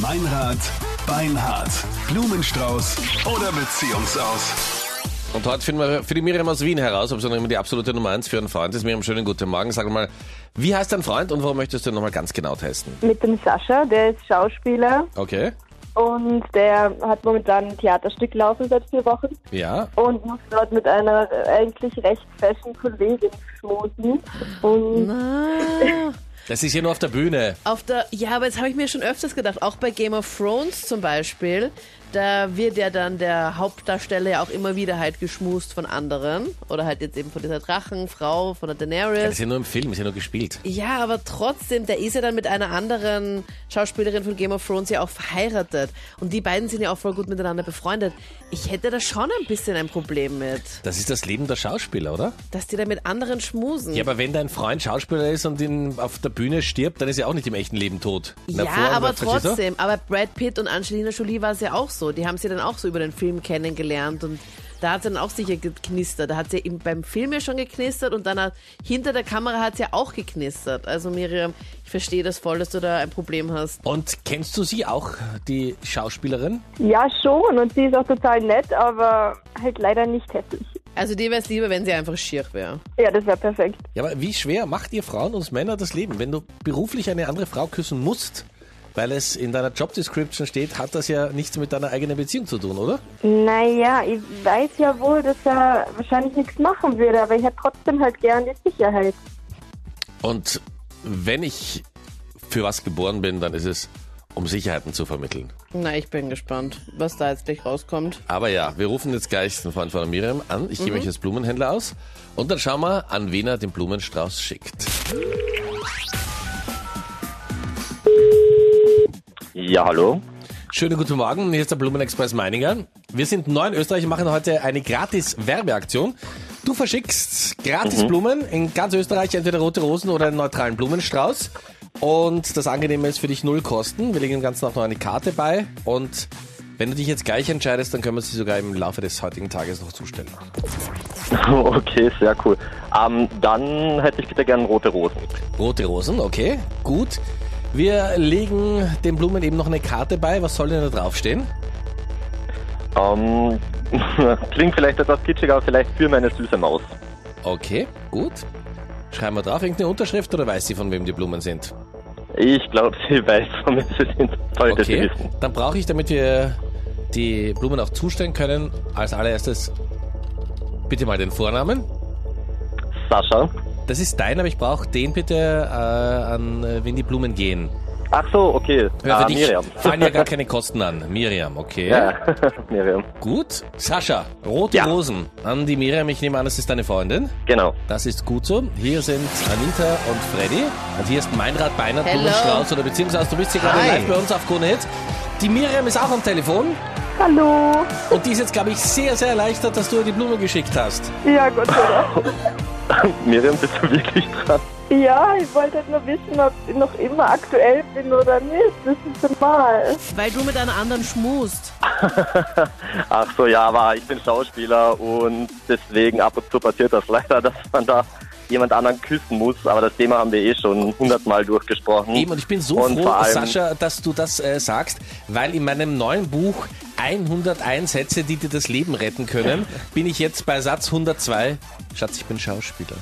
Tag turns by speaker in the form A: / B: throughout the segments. A: Meinrad, Beinhard, Blumenstrauß oder Beziehungsaus.
B: Und heute finden wir für die Miriam aus Wien heraus, ob sie noch immer die absolute Nummer eins für ihren Freund ist. Miriam, schönen guten Morgen. Sag mal, wie heißt dein Freund und warum möchtest du ihn nochmal ganz genau testen?
C: mit dem Sascha, der ist Schauspieler
B: Okay.
C: und der hat momentan ein Theaterstück laufen seit vier Wochen
B: Ja.
C: und muss dort mit einer äh, eigentlich recht fashion Kollegin schmusen. Und
D: Na,
B: Das ist hier nur auf der Bühne.
D: Ah. auf der, ja, aber jetzt habe ich mir schon öfters gedacht, auch bei Game of Thrones zum Beispiel, da wird ja dann der Hauptdarsteller ja auch immer wieder halt geschmust von anderen. Oder halt jetzt eben von dieser Drachenfrau, von der
B: Ja, das ist
D: Daenerys.
B: ja nur im Film, ist ja nur gespielt.
D: Ja, aber trotzdem, der ist ja dann mit einer anderen Schauspielerin von Game of Thrones ja auch verheiratet. Und die beiden sind ja auch voll gut miteinander befreundet. Ich hätte da schon ein bisschen ein Problem mit,
B: Das ist das Leben der Schauspieler, oder?
D: dass die da mit anderen schmusen.
B: Ja, aber wenn dein Freund Schauspieler ist und ihn auf der Bühne stirbt, dann ist er auch nicht im echten Leben tot. In der
D: ja,
B: Vor- und
D: aber
B: der- verstehst du?
D: trotzdem. Aber Brad Pitt und Angelina Jolie war es ja auch so. Die haben sie dann auch so über den Film kennengelernt und da hat sie dann auch sicher geknistert. Da hat sie eben beim Film ja schon geknistert und dann hat, hinter der Kamera hat sie ja auch geknistert. Also Miriam, ich verstehe das voll, dass du da ein Problem hast.
B: Und kennst du sie auch, die Schauspielerin?
C: ja, schon. Und sie ist auch total nett, aber halt leider nicht hässlich.
D: Also dir wäre es lieber, wenn sie einfach schier wäre.
C: Ja, das wäre perfekt.
B: Ja, aber wie schwer macht ihr Frauen uns Männer das Leben? Wenn du beruflich eine andere Frau küssen musst, weil es in deiner Jobdescription steht, hat das ja nichts mit deiner eigenen Beziehung zu tun, oder?
C: Naja, ich weiß ja wohl, dass er wahrscheinlich nichts machen würde, aber ich hätte trotzdem halt gern die Sicherheit.
B: Und wenn ich für was geboren bin, dann ist es, um Sicherheiten zu vermitteln.
D: Na, ich bin gespannt, was da jetzt gleich rauskommt.
B: Aber ja, wir rufen jetzt gleich den Freund von Miriam an. Ich gebe euch als Blumenhändler aus. Und dann schauen wir, an wen er den Blumenstrauß schickt.
E: Ja, hallo.
B: Schönen guten Morgen, hier ist der Blumenexpress Meininger. Wir sind neu in Österreich und machen heute eine gratis Werbeaktion. Du verschickst gratis Blumen in ganz Österreich, entweder rote Rosen oder einen neutralen Blumenstrauß. Und das Angenehme ist für dich null Kosten. Wir legen dem Ganzen auch noch eine Karte bei. Und wenn du dich jetzt gleich entscheidest, dann können wir sie sogar im Laufe des heutigen Tages noch zustellen.
E: Okay, sehr cool. Ähm, dann hätte ich bitte gern rote Rosen.
B: Rote Rosen, okay, gut. Wir legen den Blumen eben noch eine Karte bei. Was soll denn da draufstehen?
E: Ähm, klingt vielleicht etwas kitschig, aber vielleicht für meine süße Maus.
B: Okay, gut. Schreiben wir drauf irgendeine Unterschrift oder weiß sie, von wem die Blumen sind?
E: Ich glaube, sie weiß, womit sie sind. Sollte sie
B: Okay,
E: wissen.
B: dann brauche ich, damit wir die Blumen auch zustellen können, als allererstes bitte mal den Vornamen.
E: Sascha.
B: Das ist dein, aber ich brauche den bitte, äh, an äh, wen die Blumen gehen.
E: Ach so, okay.
B: Ja,
E: Ah, Miriam.
B: fallen ja gar keine Kosten an. Miriam, okay.
E: Ja, Miriam.
B: Gut. Sascha, rote
E: Ja.
B: Rosen an die Miriam. Ich nehme an, das ist deine Freundin.
E: Genau.
B: Das ist gut so. Hier sind Anita und Freddy. Und hier ist Meinrad Beinert,
D: Hello.
B: Blumenstrauß oder beziehungsweise du bist hier gerade
D: Hi.
B: live bei uns auf Kronet. Die Miriam ist auch am Telefon
C: Hallo.
B: und die ist jetzt, glaube ich, sehr, sehr erleichtert, dass du ihr die Blume geschickt hast.
C: Ja, Gott sei Dank.
E: Miriam, bist du wirklich dran?
C: Ja, ich wollte halt nur wissen, ob ich noch immer aktuell bin oder nicht. Das ist normal.
D: Weil du mit einer anderen schmust.
E: Ach so, ja, aber ich bin Schauspieler und deswegen ab und zu passiert das leider, dass man da jemand anderen küssen muss. Aber das Thema haben wir eh schon hundertmal durchgesprochen.
B: Eben, und ich bin so
E: Und
B: froh,
E: vor allem-
B: Sascha, dass du das äh, sagst, weil in meinem neuen Buch 101 Sätze, die dir das Leben retten können, bin ich jetzt bei Satz 102. Schatz, ich bin Schauspieler.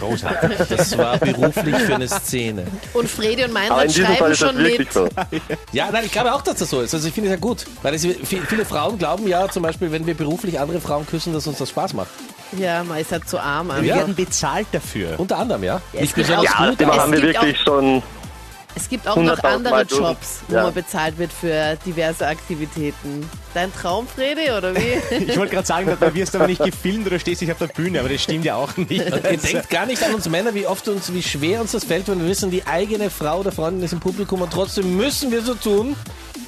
B: Großartig. Das war beruflich für eine Szene.
D: Und Fredi und
E: Aber in
D: Meinrad
E: diesem Fall
D: schreiben
E: ist
D: schon
E: das
D: mit.
E: wirklich so.
B: Ja, nein, ich glaube auch, dass das so ist. Also ich finde es ja gut. Weil es, vi- viele Frauen glauben ja zum Beispiel, wenn wir beruflich andere Frauen küssen, dass uns das Spaß macht.
D: Ja, man ist halt so arm. einfach.
B: Ja.
F: werden bezahlt dafür.
B: Unter anderem, ja. Nicht
D: gibt
B: besonders
D: auch-
E: Ja, das
B: gut,
E: Thema
D: Es
E: haben wir
D: gibt
E: wirklich schon.
D: Es gibt auch noch
E: 100.000
D: andere
E: Mal durch.
D: Jobs, wo
E: Ja.
D: man bezahlt wird für diverse Aktivitäten. Dein Traum, Fredi, oder wie?
F: Ich wollte gerade sagen, da wirst du aber nicht gefilmt oder stehst nicht auf der Bühne, aber das stimmt ja auch nicht.
B: Und Ihr denkt gar nicht an uns Männer, wie oft uns, wie schwer uns das fällt, wenn wir wissen, die eigene Frau oder Freundin ist im Publikum und trotzdem müssen wir so tun,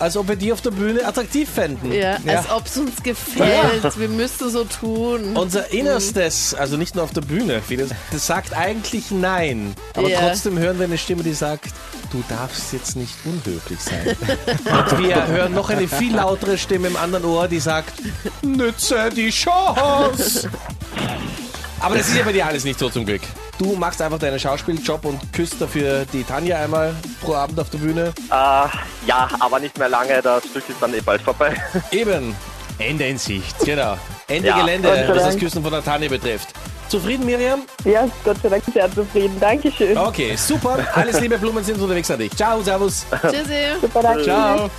B: als ob wir die auf der Bühne attraktiv fänden.
D: ja, also als ob es uns gefällt. Wir müssten so tun.
B: Unser
C: Mhm.
B: Innerstes, also nicht nur auf der Bühne, vieles, das sagt eigentlich nein. Aber
D: Ja.
B: trotzdem hören wir eine Stimme, die sagt, du darfst jetzt nicht unhöflich sein. Und wir hören noch eine viel lautere Stimme im anderen Ohr, die sagt, nütze die Chance. Aber das ist ja bei dir alles nicht so zum Glück. Du machst einfach deinen Schauspieljob und küsst dafür die Tanja einmal pro Abend auf der Bühne.
E: Äh, ja, aber nicht mehr lange, das Stück ist dann eh bald vorbei.
B: Eben,
F: Ende in Sicht.
B: genau. Ende
E: Ja,
C: Gott sei
B: Gelände, was das
C: Dank.
B: Küssen von der Tanja betrifft. Zufrieden, Miriam?
C: Ja, Gott sei Dank sehr zufrieden. Dankeschön.
B: Okay, super. Alles Liebe, Blumen sind unterwegs an dich. Ciao, servus.
D: Tschüssi.
C: Super, danke.
B: Ciao.